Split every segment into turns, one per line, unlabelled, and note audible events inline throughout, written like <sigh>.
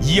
以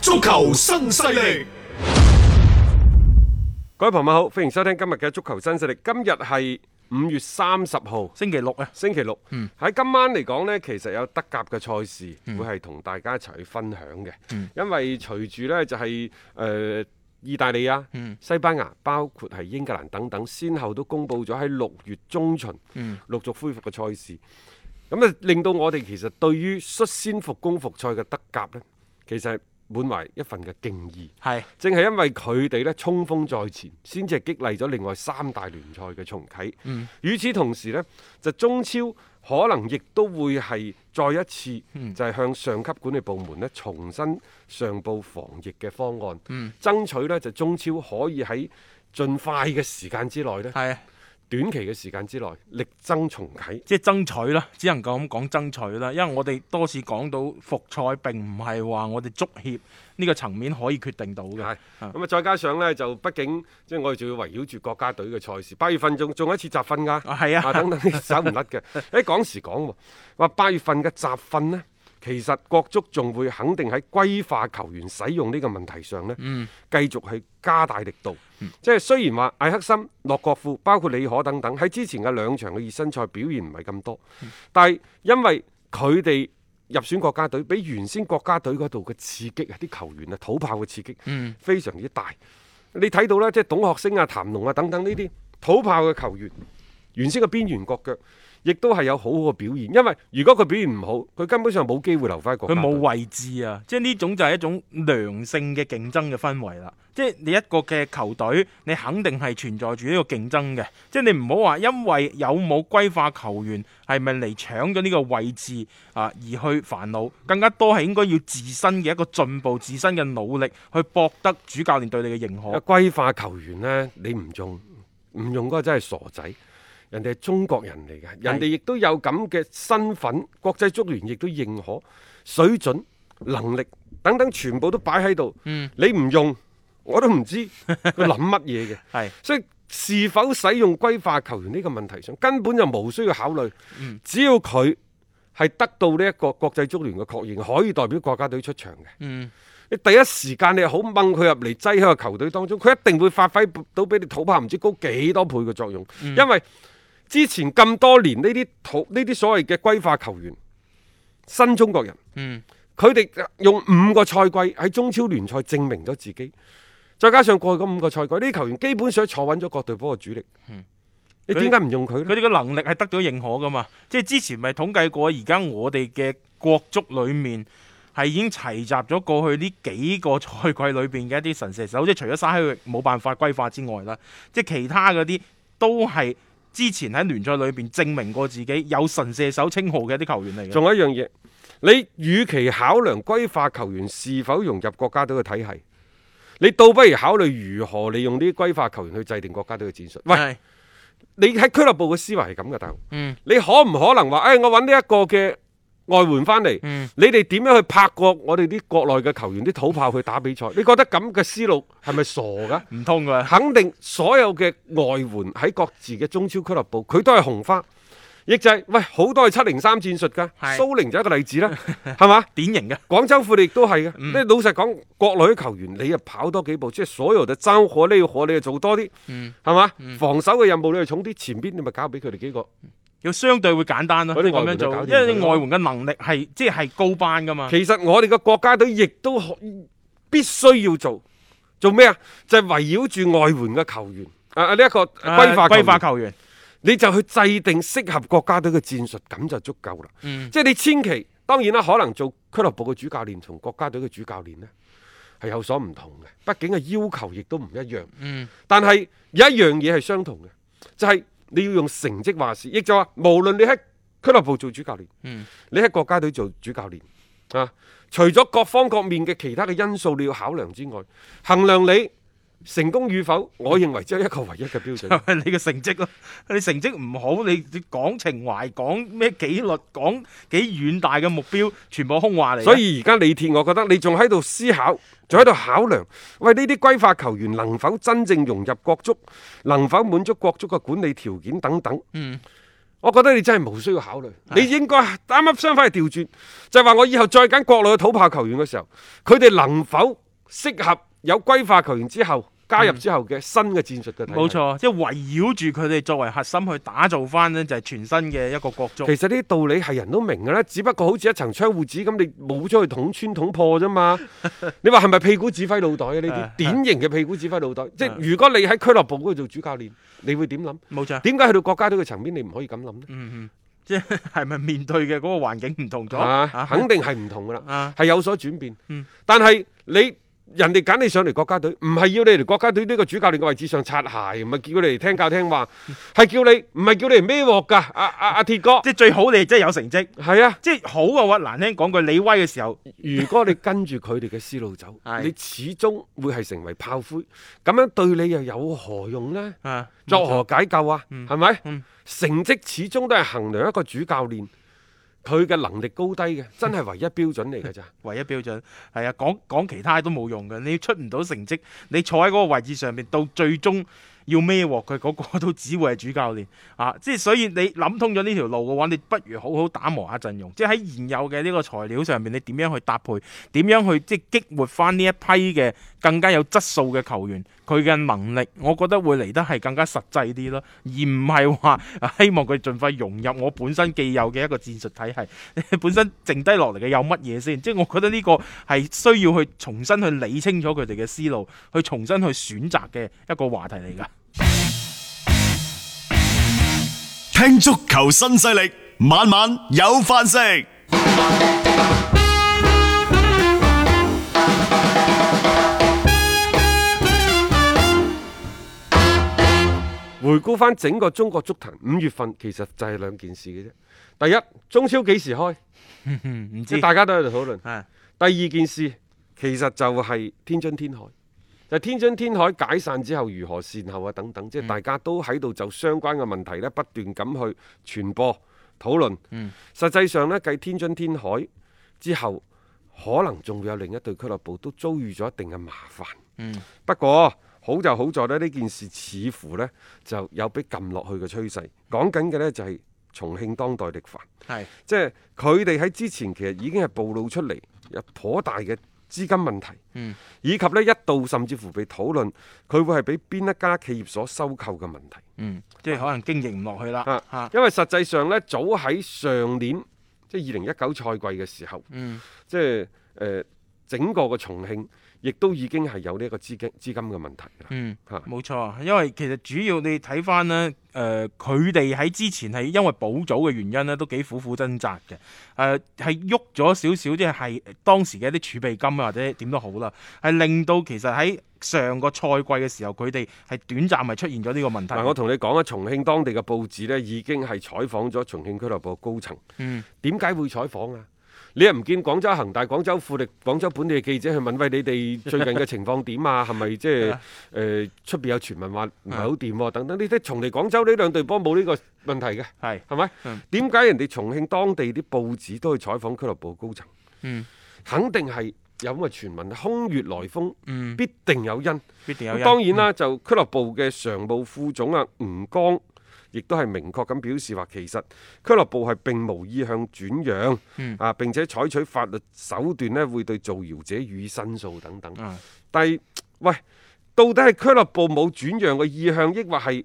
足球新勢力，
各位朋友好，歡迎收聽今日嘅足球新勢力。今日係五月三十號，
星期六啊，
星期六。喺今晚嚟講呢，其實有德甲嘅賽事
嗯
會係同大家一齊去分享嘅，因為隨住呢就係、誒。意大利啊、
嗯
西班牙，包括係英格蘭等等，先後都公布咗喺六月中旬
嗯
陸續恢復嘅賽事，咁啊令到我哋其實對於率先復工復賽嘅德甲呢，其實係滿懷一份嘅敬意。
係
正係因為佢哋咧衝鋒在前，先至係激勵咗另外三大聯賽嘅重啟。
嗯
與此同時呢，就中超可能亦都會係再一次
嗯
就係向上級管理部門咧重新上報防疫嘅方案，
嗯
爭取呢就中超可以喺盡快嘅時間之內呢，
係，啊
短期嘅時間之內力爭重啟。
即係爭取啦，只能夠咁講爭取啦，因為我哋多次講到復賽並唔係話我哋足協呢個層面可以決定到嘅
係，咁啊，再加上呢，就畢竟即係我哋仲要圍繞住國家隊嘅賽事，八月份仲仲有一次集訓㗎，
啊係啊
等等啲手唔甩嘅。 <laughs> 誒講時講喎，話八月份嘅集訓呢，其實國足仲會肯定喺歸化球員使用呢個問題上呢，
嗯
繼續去加大力度。即係雖然話艾克森、洛國富、包括李可等等喺之前嘅兩場嘅熱身賽表現唔係咁多，
嗯
但係因為佢哋入選國家隊，比原先國家隊嗰度嘅刺激啊，啲球員啊土炮嘅刺激，
嗯
非常之大。你睇到咧，即係董學升啊、譚龍啊等等呢啲土炮嘅球員，原先嘅邊緣國腳，亦都係有好好嘅表現。因為如果佢表現唔好，佢根本上冇機會留翻國家
佢
隊。
冇位置啊，即係呢種就係一種良性嘅競爭嘅氛圍啦。即係你一個嘅球隊，你肯定係存在住呢個競爭嘅。即係你唔好話因為有冇歸化球員係咪嚟搶咗呢個位置啊而去煩惱，更加多係應該要自身嘅一個進步、自身嘅努力去博得主教練對你嘅認可
啊。歸化球員呢，你唔用唔用嗰個真係傻仔。人哋係中國人嚟嘅，人哋亦都有咁嘅身份，國際足聯亦都認可水準、能力等等，全部都擺喺度。
嗯
你唔用，我都
<laughs>
唔知佢諗乜嘢嘅。
係
所以是否使用歸化球員呢個問題上，根本就無需要考慮。
嗯
只要佢係得到呢一個國際足聯嘅確認，可以代表國家隊出場嘅。你第一時間你好掹佢入嚟擠喺個球隊當中，佢一定會發揮到比你土炮唔知高幾多倍嘅作用，因為之前咁多年呢啲土呢啲所謂嘅歸化球員，新中國人，佢哋、用五個賽季喺中超聯賽證明咗自己，再加上過去嗰五個賽季，呢啲球員基本上坐穩咗各隊波嘅主力，你點解唔用佢
佢
呢？
哋嘅能力係得到認可噶嘛？即係之前咪統計過，而家我哋嘅國足裏面係已經齊集咗過去呢幾個賽季裏邊嘅一啲神射手，即係除咗沙希域冇辦法歸化之外啦，即係其他嗰啲都係之前喺聯賽裏邊證明過自己有神射手稱號嘅一啲球員嚟嘅。
仲有一樣嘢，你與其考量歸化球員是否融入國家隊嘅體系，你倒不如考慮如何利用呢啲歸化球員去制定國家隊嘅戰術。喂，
係
你喺俱樂部嘅思維係咁嘅，大佬。
嗯
你可唔可能話，誒、哎我揾呢一個嘅外援翻嚟，
嗯
你哋點樣去拍過我哋啲國內嘅球員啲土炮去打比賽？你覺得咁嘅思路係咪傻㗎？
唔通㗎。
肯定所有嘅外援喺各自嘅中超俱樂部，佢都係紅花，亦就係、喂好多係七零三戰術㗎，
係
蘇寧就一個例子啦， <laughs> 係嘛？
典型嘅，
廣州富力亦都係嘅，你老實講，國內啲球員你又跑多幾步，即係所有就爭火呢火，你就做多啲，係嘛？防守嘅任務你就重啲，前邊你咪交俾佢哋幾個。
要相對會簡單啦。
嗰啲
咁
外
樣
援就搞
做，
掂
因為
佢
你
啦
外援嘅能力係即係高班噶嘛。
其實我哋嘅國家隊亦都可必須要做做咩啊？就係圍繞住外援嘅球員，啊啊呢一個規
啊
劃
歸化
球員，
球員，
你就去制定適合國家隊嘅戰術，咁就足夠啦。
嗯
即係你千祈，當然啦，可能做俱樂部嘅主教練同國家隊嘅主教練呢係有所唔同嘅，畢竟嘅要求亦都唔一樣。
嗯
但係有一樣嘢係相同嘅，就係、你要用成績話事，亦就話無論你喺俱樂部做主教練，
嗯
你喺國家隊做主教練啊，除咗各方各面嘅其他嘅因素你要考量之外，衡量你成功與否，我認為只有一個唯一嘅標準。
<laughs> 係你嘅成績咯，你成績唔好，你你講情懷，講咩紀律，講幾遠大嘅目標，全部空話嚟嘅。
所以而家李鐵，我覺得你仲喺度思考，仲喺度考量，喂呢啲歸化球員能否真正融入國足，能否滿足國足嘅管理條件等等。
嗯，
我覺得你真係無需要考慮，你應該啱啱相反係調轉，就係、話我以後再揀國內嘅土炮球員嘅時候，佢哋能否適合有歸化球員之後加入之後嘅新嘅戰術嘅體系
嗯冇。錯，啊即係圍繞住佢哋作為核心去打造翻呢，就係全新嘅一個國足。
其實呢啲道理係人都明嘅啦，只不過好似一層窗户紙咁，你冇咗去捅穿捅破啫嘛。 <laughs> 你話係咪屁股指揮腦袋啊？
係
呢
係
啲典型嘅屁股指揮腦袋。即係如果你喺俱樂部嗰度做主教練，你會點諗？
冇錯，
點解去到國家隊嘅層面，你唔可以咁諗呢？
嗯嗯，即係係咪面對嘅嗰個環境唔同咗
啊，肯定係唔同噶啦，
啊
係有所轉變
嗯。
但係你人哋揀你上嚟國家隊，唔係要你嚟國家隊呢個主教練嘅位置上擦鞋，唔係叫你嚟聽教聽話，係叫你唔係叫你嚟孭鑊㗎。阿阿阿鐵哥，
即係最好你真係有成績，
係啊。
即係好嘅話難聽講句，你威嘅時候，，
如果你跟住佢哋嘅思路走
<laughs> 係
你始終會係成為炮灰，咁樣對你又有何用呢？
啊
作何解救啊？
嗯
係咪？
嗯
成績始終都係衡量一個主教練佢嘅能力高低
<laughs>
嘅，真係唯一標準嚟㗎咋。
唯一標準係啊，講講其他都冇用嘅，你出唔到成績，你坐喺嗰個位置上面，到最終要孭鑊佢嗰個都只會係主教練啊！即係所以你諗通咗呢條路嘅話，你不如好好打磨下陣容，即係喺現有嘅呢個材料上面，你點樣去搭配，點樣去即係激活翻呢一批嘅更加有質素嘅球員，佢嘅能力，我覺得會嚟得係更加實際啲咯，而唔係話啊希望佢盡快融入我本身既有嘅一個戰術體系。 <laughs> 本身剩低落嚟嘅有乜嘢先？即係我覺得呢個係需要去重新去理清楚佢哋嘅思路，去重新去選擇嘅一個話題嚟㗎。
聽足球新勢力，晚晚有飯食。
回顧翻整個中國足壇，五月份其實就係兩件事嘅啫。第一，中超幾時開？
嗯， <laughs> 唔
即
知
係大家都喺度討論。
啊，
第二件事其實就係天津天海，就係天津天海解散之後如何善後啊等等，
嗯
即係大家都喺度就相關嘅問題呢不斷咁去傳播討論。
嗯
實際上呢，繼天津天海之後，可能仲會有另一隊俱樂部都遭遇咗一定嘅麻煩。
嗯
不過好就好在呢，呢件事似乎呢就有俾撳落去嘅趨勢。講緊嘅呢就係重慶當代力帆。
係
即係佢哋喺之前其實已經係暴露出嚟有頗大嘅資金問題，
嗯
以及呢一度甚至乎被討論佢會係俾邊一家企業所收購嘅問題。
嗯，即係可能經營唔落去啦
啊
嚇。
因為實際上呢，早喺上年即係二零一九賽季嘅時候，
嗯
即係誒、呃整個嘅重慶亦都已經係有呢一個資金資金嘅問題㗎啦。
嗯，
嚇
冇錯，因為其實主要你睇翻呢，誒、佢哋喺之前係因為保組嘅原因呢，都幾苦苦掙扎嘅。誒係喐咗少少，即係當時嘅一啲儲備金啊，或者點都好啦，係令到其實喺上個賽季嘅時候，佢哋係短暫係出現咗呢個問題。
嗱，我同你講啊，重慶當地嘅報紙呢已經係採訪咗重慶俱樂部高層。
嗯
點解會採訪啊？你又唔見廣州恒大、廣州富力、廣州本地嘅記者去問喂，
<laughs>
你哋最近嘅情況點啊？係咪即係誒出邊有傳聞話唔係好掂喎？等等呢啲，從嚟廣州呢兩隊波冇呢個問題嘅，
係
係咪
嗯？
點解人哋重慶當地啲報紙都去採訪俱樂部高層？
嗯
肯定係有咁嘅傳聞，空穴來風，
嗯，必
必定有因。
必定有因。
當然啦，就俱樂部嘅常務副總啊吳剛，亦都係明確咁表示話，其實俱樂部係並無意向轉讓，
嗯
啊並且採取法律手段呢，會對造謠者予以申訴等等。
啊，
但係喂，到底係俱樂部冇轉讓嘅意向，抑或係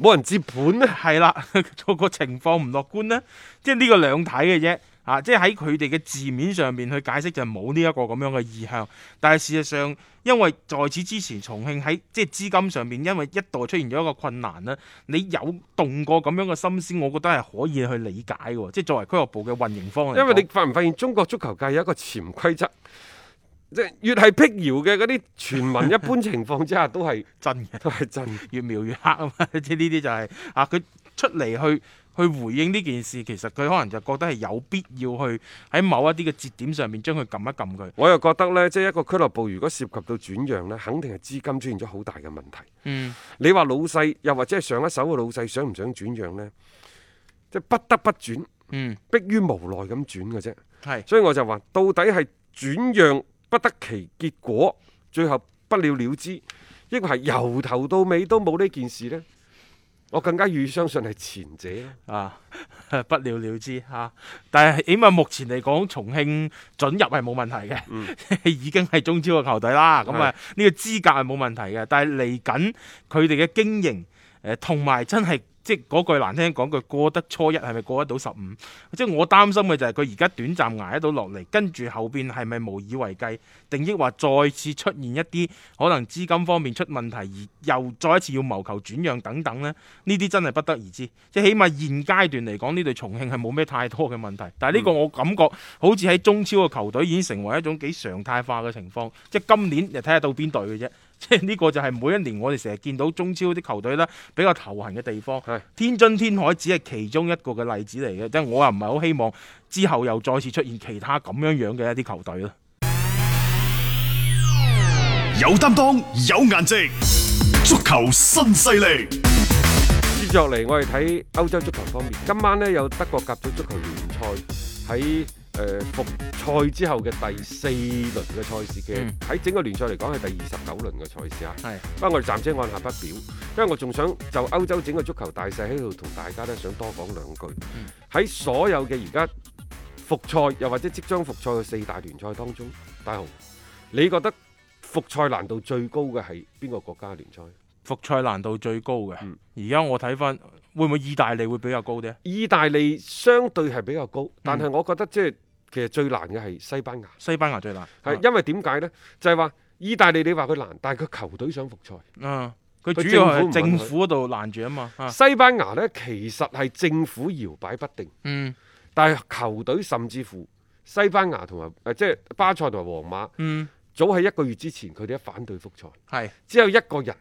冇人接盤呢？
<laughs> 係啦，個個情況唔樂觀呢，即係呢個兩睇嘅啫。啊，即係喺佢哋嘅字面上面去解釋就冇呢一個咁樣嘅意向，但係事實上因為在此之前重慶喺即係資金上面，因為一度出現咗一個困難啦，你有動過咁樣嘅心思，我覺得係可以去理解嘅喎，即係作為俱樂部嘅運營方嚟講，
因為你發唔發現中國足球界有一個潛規則，即係越係辟謠嘅嗰啲傳 <laughs> 聞，一般情況之下都係
真嘅。
都係真。
越描越黑啊嘛， <laughs> 即係呢啲就係、啊，佢出嚟去去回應呢件事，其實佢可能就覺得係有必要去喺某一啲嘅節點上面將佢撳一撳佢。
我又覺得呢，即係一個俱樂部如果涉及到轉讓呢，肯定係資金出現咗好大嘅問題。
嗯，
你話老細又或者係上一手嘅老細想唔想轉讓呢？即係不得不轉，
嗯，
迫於無奈咁轉嘅啫。
係
所以我就話，到底係轉讓不得其結果，最後不了了之，抑或係由頭到尾都冇呢件事呢？我更加預相信係前者啦。
啊， <laughs> 不了了之嚇、啊但係起碼目前嚟講，重慶準入係冇問題嘅， <laughs> 已經係中超嘅球隊啦。咁啊，呢個資嗯格係冇問題嘅，但係嚟緊佢哋嘅經營誒，同、埋真係。即係嗰句難聽講句，過得初一係咪過得到十五？即係我擔心嘅就係佢而家短暫捱得到落嚟，跟住後邊係咪無以為繼，定抑或再次出現一啲可能資金方面出問題，而又再一次要謀求轉讓等等呢？呢啲真係不得而知。即係起碼現階段嚟講，呢隊重慶係冇咩太多嘅問題。但係呢個我感覺好似喺中超嘅球隊已經成為一種幾常態化嘅情況。即係今年就睇下到邊隊嘅啫。即係呢個就係每一年我哋成日見到中超啲球隊咧比較頭痕嘅地方。
係
天津天海只係其中一個嘅例子嚟嘅，即係我又唔係好希望之後又再次出現其他咁樣樣嘅一啲球隊啦。
有擔當，有顏值，足球新勢力。
接落嚟我哋睇歐洲足球方面，今晚呢有德國甲組足球聯賽喺誒復賽之後嘅第四輪嘅賽事嘅，
嗯
喺、整個聯賽嚟講係第二十九輪嘅賽事啊。
係
不過我哋暫且按下不表，因為我仲想就歐洲整個足球大勢喺度同大家呢想多講兩句。喺、所有嘅而家復賽又或者即將復賽嘅四大聯賽當中，大雄，你覺得復賽難度最高嘅係邊個國家聯賽？
復賽難度最高嘅，
嗯
而家我睇翻會唔會意大利會比較高啲？
意大利相對係比較
嗯
高，但係我覺得即係其實最難嘅係西班牙，
西班牙最難，
係、因為點解呢？就係、話意大利你話佢難，但係佢球隊想復賽。
嗯，佢
佢
主要
政府唔
係
允
政
許
府嗰度攔住啊嘛，啊
西班牙呢，其實係政府搖擺不定，
嗯
但係球隊甚至乎西班牙同埋誒即係巴塞同埋皇馬，
嗯
早喺一個月之前佢哋一反對復賽，
係
只有一個人，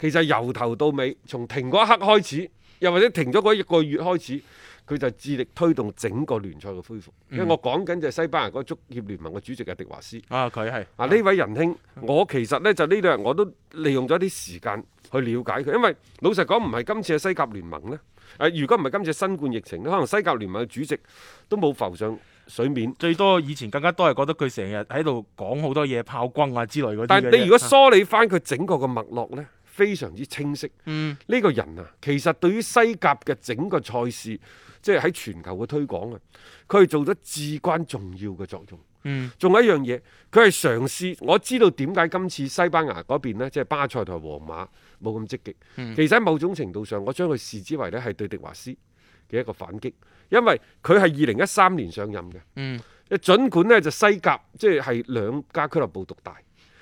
其實由頭到尾，從停嗰一刻開始，又或者停咗嗰一個月開始，佢就致力推動整個聯賽嘅恢復。因為我講緊就係西班牙嗰個足協聯盟嘅主席嘅迪華斯。
啊佢係
啊！呢位仁兄，我其實呢，就呢兩日我都利用咗啲時間去了解佢，因為老實講唔係今次嘅西甲聯盟呢。誒、如果唔係今次嘅新冠疫情咧，可能西甲聯盟嘅主席都冇浮上水面。
最多以前更加多係覺得佢成日喺度講好多嘢炮轟啊之類嗰啲嘅啫。
但係你如果
啊
梳理翻佢整個嘅脈絡呢，非常之清晰。
嗯
呢個人啊，其實對於西甲嘅整個賽事，即係喺全球嘅推廣啊，佢係做咗至關重要嘅作用。
嗯
仲有一樣嘢，佢係嘗試。我知道點解今次西班牙嗰邊呢，即係巴塞同埋皇馬冇咁積極。
嗯
其實喺某種程度上，我將佢視之為呢係對迪華斯嘅一個反擊，因為佢係二零一三年上任嘅。
嗯，
儘管呢就西甲即係係兩家俱樂部獨大，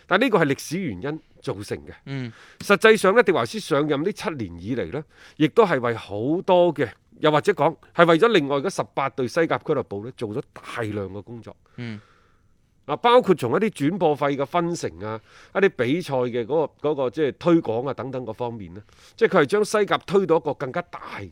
但呢個係歷史原因造成嘅。
嗯
實際上呢，迪華斯上任呢七年以嚟呢，亦都係為好多嘅，又或者講係為咗另外嗰十八隊西甲俱樂部呢，做咗大量嘅工作。
嗯。
啊，包括從一啲轉播費嘅分成啊，一啲比賽嘅嗰、個嗰、個即係推廣啊等等嗰方面呢，即係佢係將西甲推到一個更加大嘅、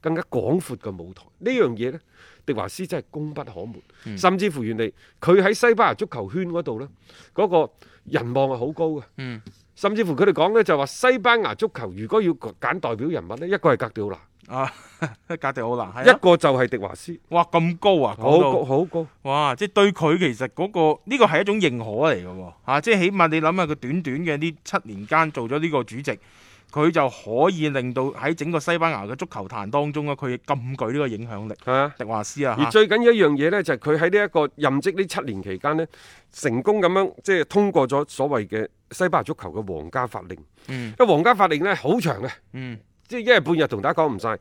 更加廣闊嘅舞台。呢樣嘢呢，迪華斯真係功不可沒，
嗯
甚至乎原嚟佢喺西班牙足球圈嗰度呢，嗰、個人望係好高嘅。
嗯
甚至乎佢哋講呢，就話西班牙足球如果要揀代表人物呢，一個係格迪奧拿，
啊， <laughs> 格迪奧拿係
一
啊，
個就係迪華斯，
哇咁高啊，
好
講到
高好高。
哇！即係對佢其實嗰、個呢、個係一種認可嚟嘅喎，啊即係起碼你諗下佢短短嘅呢七年間做咗呢個主席，佢就可以令到喺整個西班牙嘅足球壇當中咧，佢咁具呢個影響力。
係啊。
迪華斯啊，
而
嚇
最緊要一樣嘢呢，就係佢喺呢一個任職呢七年期間呢，成功咁樣即係通過咗所謂嘅西班牙足球嘅皇家法令。
嗯
因為皇家法令呢好長嘅，
嗯
即係一日半日同大家講唔晒。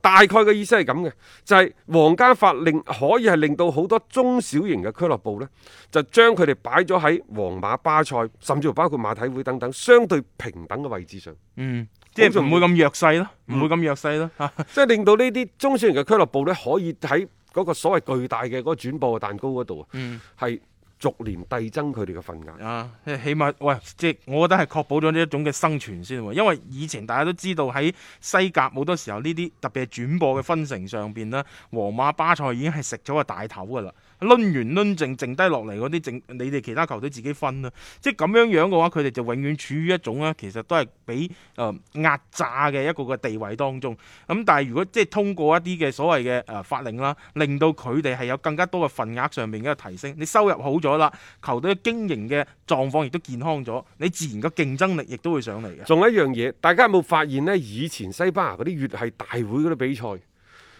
大概嘅意思係咁嘅，就係、皇家法令可以係令到好多中小型嘅俱樂部呢，就將佢哋擺咗喺皇馬、巴塞，甚至乎包括馬體會等等相對平等嘅位置上，
嗯，即係唔會咁弱勢咯，唔會咁弱勢
嗯
咯嚇。
即係令到呢啲中小型嘅俱樂部呢，可以喺嗰個所謂巨大嘅嗰個轉播嘅蛋糕嗰度啊，
嗯
係、逐年遞增佢哋嘅份額。
啊，即係起碼喂，即係我覺得係確保咗呢一種嘅生存先啊喎，因為以前大家都知道喺西甲好多時候呢啲特別係轉播嘅分成上邊啦，皇馬、巴塞已經係食咗個大頭㗎啦，攆完攆剩剩低落嚟嗰啲，剩你哋其他球隊自己分啦，即係咁樣樣嘅話，佢哋就永遠處於一種咧，其實都係俾誒壓榨嘅一個嘅地位當中。咁但係如果即係通過一啲嘅所謂嘅誒、呃法令啦，令到佢哋係有更加多嘅份額上面嘅提升，你收入好咗啦，球隊嘅經營嘅狀況亦都健康咗，你自然嘅競爭力亦都會上嚟嘅。
仲有一樣嘢，大家有冇發現呢？以前西班牙嗰啲越係大會嗰啲比賽，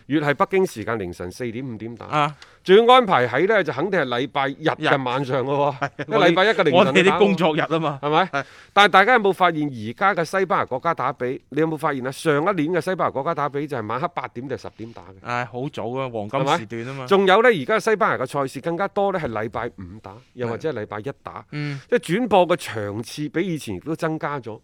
越係北京時間凌晨四點五點打，
啊，
仲要安排喺呢，就肯定係禮拜日嘅晚上咯喎，一個禮拜一個凌
我
晨
哋
就打喎
啲工作日啊嘛，
係咪？但係大家有冇發現而家嘅西班牙國家打比？你有冇發現啊？上一年嘅西班牙國家打比就係晚黑八點定十點打嘅，
唉、好早啊，黃
係
金
咪
時段啊嘛。
仲有呢，而家西班牙嘅賽事更加多呢係禮拜五打，又或者係禮拜一打。
嗯，
即係轉播嘅場次比以前亦都增加咗，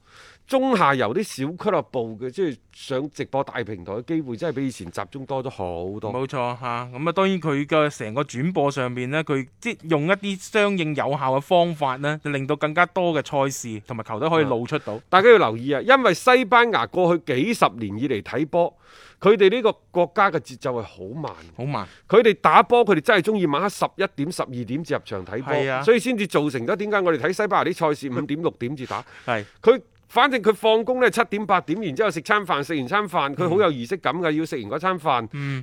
中下游啲小俱樂部嘅即係上直播大平台嘅機會，真係比以前集中多咗好多。
冇錯嚇，咁啊當然佢嘅成個轉播上面呢，佢即係用一啲相應有效嘅方法呢，就令到更加多嘅賽事同埋球隊可以露出到。
大家要留意啊，因為西班牙過去幾十年以嚟睇波，佢哋呢個國家嘅節奏係好慢，
好慢，
佢哋打波佢哋真係中意晚黑十一點、十二點至入場睇
係
波，
啊
所以先至造成咗點解我哋睇西班牙啲賽事五點、六點至打。
係
佢反正佢放工咧七點八點，然之後食餐飯，食完餐飯
嗯
佢好有儀式感嘅，要食完嗰餐飯，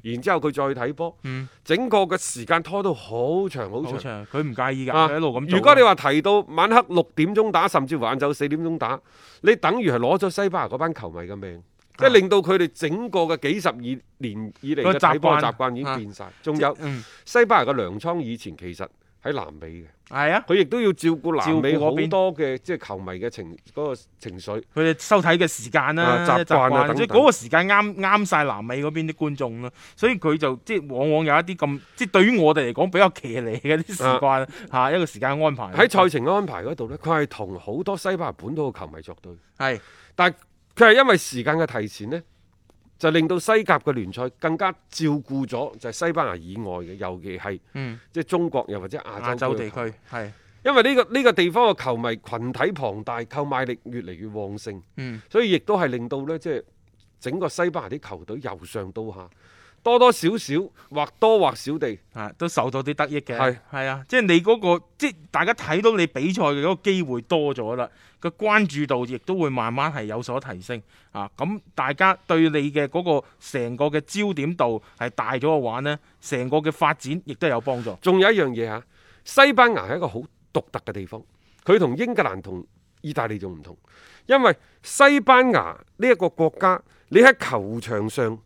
然之後佢再去睇波，整個嘅時間拖到好長好
嗯好
長。
長，佢唔介意㗎，
啊
佢一路咁做㗎。
如果你話提到晚黑六點鐘打，甚至乎晏晝四點鐘打，你等於係攞咗西班牙嗰班球迷嘅命，即係令到佢哋整個嘅幾十二年以嚟嘅
啊個習慣啊
睇波習慣已經變晒。仲有
嗯
西班牙嘅糧倉以前其實喺南美嘅，
係啊，
佢亦都要照顧南美
照顧
好
嗰邊
多嘅即係球迷嘅情嗰個情緒。
佢哋收睇嘅時間啦、
啊習慣啊
習慣
等等
即係嗰個時間啱啱晒南美嗰邊啲觀眾啦，所以佢就即係往往有一啲咁即係對於我哋嚟講比較騎呢嘅啲時間嚇、啊一個時間安排
喺賽程安排嗰度呢，佢係同好多西班牙本土嘅球迷作對，
係
但係佢係因為時間嘅提前呢，就令到西甲嘅聯賽更加照顧咗就係西班牙以外嘅，尤其係
嗯
即係中國又或者
亞
亞
洲
洲地
地區
區，
係
因為呢、個呢、個地方嘅球迷群體龐大，購買力越嚟越旺盛，
嗯
所以亦都係令到呢，即係整個西班牙啲球隊由上到下多多少少或多或少地
啊都受到啲得益嘅
係
係啊，即係你嗰、個即係大家睇到你比賽嘅嗰個機會多咗啦，個關注度亦都會慢慢係有所提升啊！咁大家對你嘅嗰個成個嘅焦點度係大咗嘅話呢，成個嘅發展亦都有幫助。
仲有一樣嘢嚇，西班牙係一個好獨特嘅地方，佢同英格蘭同意大利仲唔同，因為西班牙呢一個國家，你喺球場上，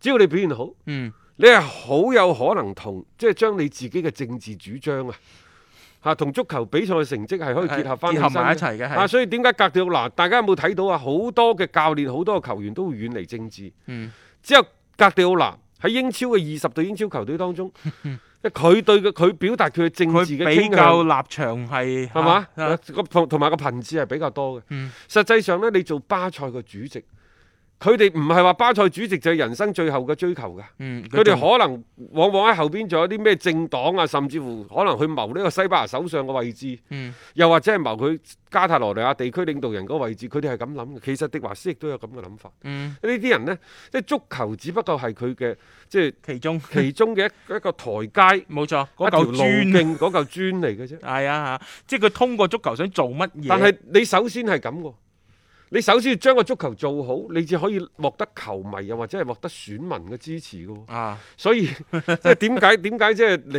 只要你表現好，
嗯。
你係好有可能同即係將你自己嘅政治主張啊。嚇同足球比賽嘅成績係可以結合翻
結合埋一齊嘅係
啊！所以點解格調嗱？大家有冇睇到啊？好多嘅教練、好多嘅球員都會遠離政治。
嗯
只有格迪奧拿喺英超嘅二十隊英超球隊當
<laughs>
中，佢對嘅佢表達佢嘅政
佢
治嘅
比
傾
較
向
立場係
係嘛？
啊
個同同埋個頻次係比較多嘅。
嗯
實際上呢，你做巴塞嘅主席，佢哋唔係話巴塞主席就係人生最後嘅追求㗎。
嗯，
佢哋
仲
可能往往喺後邊仲有啲咩政黨啊，甚至乎可能去謀呢個西班牙首相嘅位置，
嗯
又或者係謀佢加泰羅尼亞地區領導人嗰個位置，佢哋係咁諗嘅。其實迪華斯亦都有咁嘅諗法。
嗯
呢啲人呢，即係足球只不過係佢嘅即係
其中
其中嘅
<laughs>
一一個台階，
冇錯，
嗰
嗰
嚿
嚿
路
磚
徑，嗰嚿磚嚟嘅啫。
係啊嚇，即係佢通過足球想做乜嘢？
但係你首先係咁喎，你首先要將個足球做好，你至可以獲得球迷又或者係獲得選民嘅支持嘅喎。
啊，
所
<laughs>
以即係點解點解即係你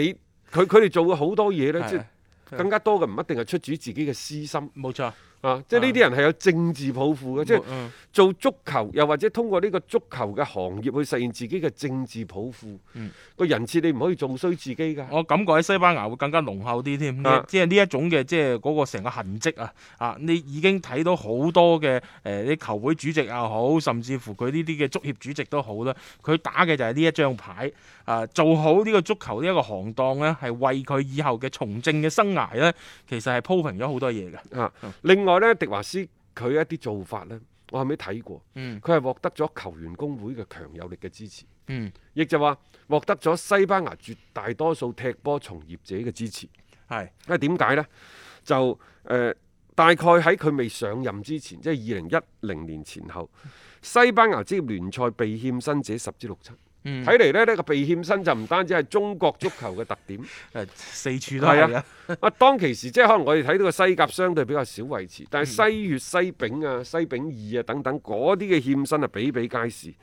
佢佢哋做嘅好多嘢呢，即係
係
更加多嘅唔一定係出自於自己嘅私心，
冇錯，
啊！即係呢啲人係有政治抱負嘅，即係
嗯
做足球又或者通過呢個足球嘅行業去實現自己嘅政治抱負。
嗯
個人設你唔可以做衰自己㗎。
我感覺喺西班牙會更加濃厚啲添，
啊
即係呢一種嘅即係嗰個成個痕跡啊，啊，你已經睇到好多嘅誒啲球會主席又好，甚至乎佢呢啲嘅足協主席都好啦，佢打嘅就係呢一張牌啊，做好呢個足球呢一個行當呢，係為佢以後嘅從政嘅生涯呢，其實係鋪平咗好多嘢嘅。
啊！
嗯
另外呢，迪華斯佢一啲做法呢，我後尾睇過，
嗯
佢係獲得咗球員工會嘅強有力嘅支持，
嗯，
亦就話獲得咗西班牙絕大多數踢波從業者嘅支持。
係
因為點解呢？就誒、呃大概喺佢未上任之前，即係二零一零年前後，西班牙職業聯賽被欠薪者十之六七。睇嚟呢，呢個被欠薪就唔單止係中國足球嘅特點。
誒四處都係
係
啊
啊，，啊當其時即係可能我哋睇到個西甲相對比較少維持，
嗯
但係西乙、西丙啊、西丙二啊等等嗰啲嘅欠薪啊比比皆是。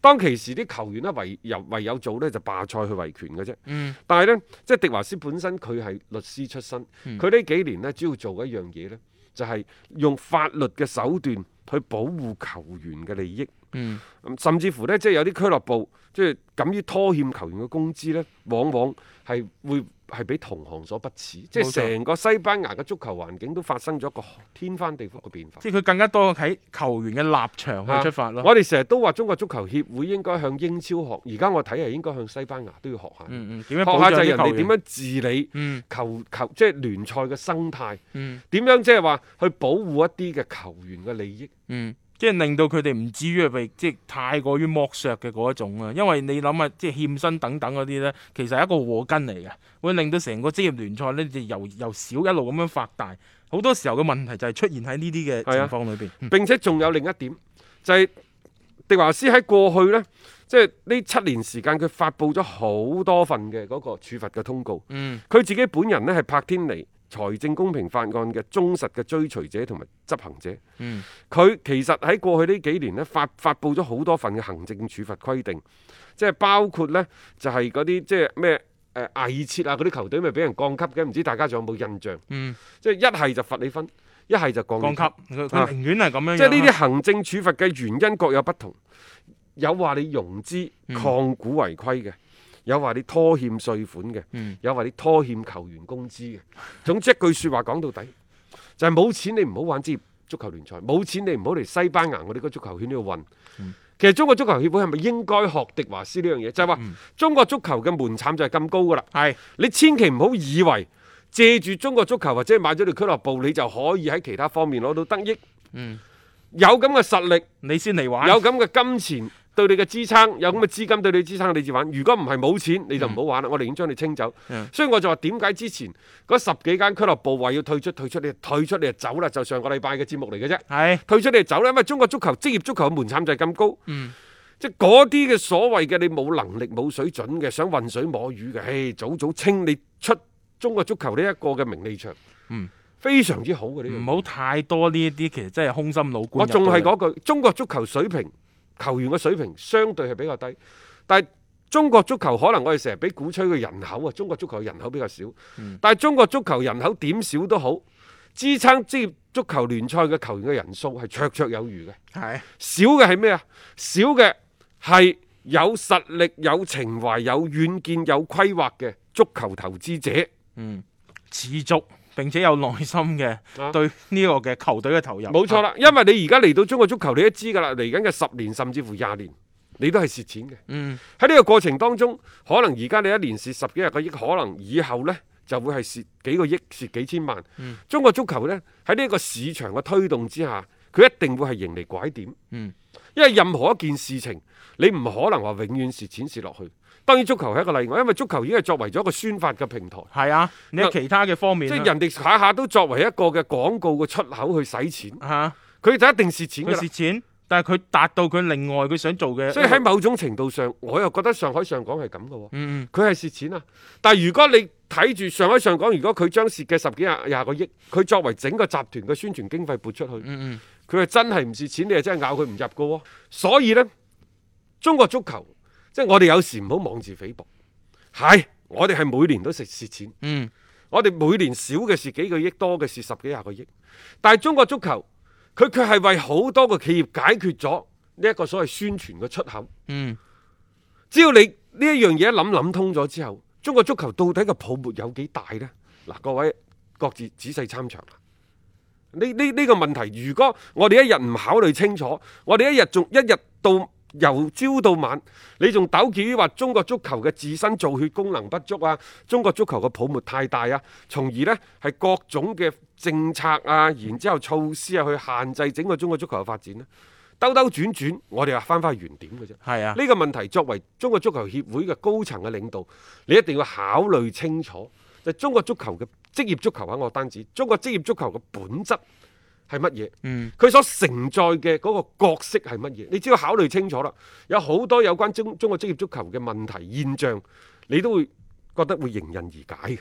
當其時啲球員呢，唯由唯有做呢就罷賽去維權嘅啫。
嗯
但係呢，即係迪華斯本身佢係律師出身，
嗯
佢呢、幾年呢，主要做一樣嘢呢，就係、用法律嘅手段去保護球員嘅利益。
嗯
嗯甚至乎呢，即係有啲俱樂部即係敢於拖欠球員嘅工資呢，往往係會係俾同行所不齒，即
冇錯
係成個西班牙嘅足球環境都發生咗一個天翻地覆嘅變化。
即係佢更加多喺球員嘅立場去出發咯。
啊我哋成日都話中國足球協會應該向英超學，而家我睇係應該向西班牙都要學下。
嗯嗯，點樣
學
保
下
障
就係人
啲球
哋點？
員
樣治理
嗯
球球即係聯賽嘅生態，
嗯
點樣即係話去保護一啲嘅球員嘅利益。
嗯，即係令到佢哋唔至於係被即係太過於剝削嘅嗰一種啊，因為你諗下，即係欠薪等等嗰啲呢，其實係一個禍根嚟嘅，會令到成個職業聯賽呢，就由由小一路咁樣發大。好多時候嘅問題就係出現喺呢啲嘅
係
情
啊
況裏邊。嗯
並且仲有另一點，就係、迪華斯喺過去呢，即係呢七年時間，佢發布咗好多份嘅嗰個處罰嘅通告。
嗯，
佢自己本人呢，係柏天尼財政公平法案嘅忠實嘅追隨者同埋執行者。
嗯，
佢其實喺過去呢幾年呢，發發布咗好多份嘅行政處罰規定，即係包括呢，就係嗰啲即係咩誒偽設啊嗰啲球隊咪俾人降級嘅，唔知大家仲有冇印象？
嗯，
即係一係就罰你分，一係就降你
降級佢
啊
佢寧願係咁樣樣啊。
即係呢啲行政處罰嘅原因各有不同，有話你融資
嗯
抗股違規嘅，有話你拖欠稅款嘅，
嗯
有話你拖欠球員工資嘅。總之一句説話講到底，就係、冇錢你唔好玩職業足球聯賽，冇錢你唔好嚟西班牙我哋個足球圈呢度混。
嗯
其實中國足球協會係咪應該學迪華斯呢樣嘢？就係、話中國足球嘅門檻就係咁高㗎啦。
嗯係
你千祈唔好以為借住中國足球或者買咗條俱樂部，你就可以喺其他方面攞到得益。
嗯
有咁嘅實力，
你先嚟玩。
有咁嘅金錢對你嘅支撐，有咁嘅資金對你支撐，你至玩。如果唔係冇錢，你就唔好玩啦。我寧願將你清走。
嗯
所以我就話點解之前嗰十幾間俱樂部話要退出，退出你就退出你就走啦，就上個禮拜嘅節目嚟嘅啫。
係
退出你就走啦，因為中國足球職業足球嘅門檻就係咁高。
嗯
即係嗰啲嘅所謂嘅你冇能力冇水準嘅，想混水摸魚嘅，唉，早早清你出中國足球呢一個嘅名利場，
嗯
非常之好嘅呢樣嘢
唔好太多呢一啲，其實真係空心老倌
嗯我
入到嚟。
仲係嗰句，中國足球水平球員嘅水平相對係比較低，但係中國足球可能我哋成日俾鼓吹嘅人口啊，中國足球嘅人口比較少，
嗯
但係中國足球人口點少都好，支撐職業足球聯賽嘅球員嘅人數係綽綽有餘嘅。
係
少嘅係咩啊？少嘅係有實力、有情懷、有遠見、有規劃嘅足球投資者。
嗯持續並且有耐心嘅
啊
對呢個嘅球隊嘅投入。
冇錯啦，因為你而家嚟到中國足球，你都知㗎啦，嚟緊嘅十年甚至乎廿年，你都係蝕錢嘅。
嗯
喺呢個過程當中，可能而家你一年蝕十幾廿個億，可能以後呢就會係蝕幾個億、蝕幾千萬。
嗯
中國足球呢，喺呢一個市場嘅推動之下，佢一定會係迎嚟拐點。
嗯
因為任何一件事情，你唔可能話永遠蝕錢蝕落去。當然足球係一個例外，因為足球已經係作為咗一個宣發嘅平台，
係啊，你喺其他嘅方面
即
啊，
係人哋下下都作為一個嘅廣告嘅出口去使錢，
吓，
佢就一定蝕錢㗎
佢
啦
蝕。錢，但係佢達到佢另外佢想做嘅，
所以喺某種程度上，我又覺得上海上港係咁嘅喎。
嗯嗯
佢係蝕錢啊！但係如果你睇住上海上港，如果佢將蝕嘅十幾廿廿個億，佢作為整個集團嘅宣傳經費撥出去，
嗯
佢係真係唔蝕錢，你係真係咬佢唔入嘅喎。所以呢，中國足球即係我哋有時唔好妄自菲薄，係我哋係每年都食蝕錢，
嗯
我哋每年少嘅是幾個億，多嘅是十幾廿個億。但係中國足球，佢佢係為好多個企業解決咗呢一個所謂宣傳嘅出口。
嗯，
只要你呢一樣嘢諗諗通咗之後，中國足球到底個泡沫有幾大呢？嗱，各位各自仔細參詳啦。呢呢呢個問題，如果我哋一日唔考慮清楚，我哋一日仲一日到由朝到晚，你仲糾結於話中國足球嘅自身造血功能不足啊，中國足球嘅泡沫太大啊，從而呢係各種嘅政策啊，然之後措施啊去限制整個中國足球嘅發展呢。兜兜轉轉，我哋話翻返去原點嘅啫。
係啊，
呢個問題作為中國足球協會嘅高層嘅領導，你一定要考慮清楚。就中國足球嘅職業足球啊，我單指中國職業足球嘅本質係乜嘢？
嗯，
佢所承載嘅嗰個角色係乜嘢？你只要考慮清楚啦。有好多有關中中國職業足球嘅問題現象，你都會覺得會迎刃而解嘅。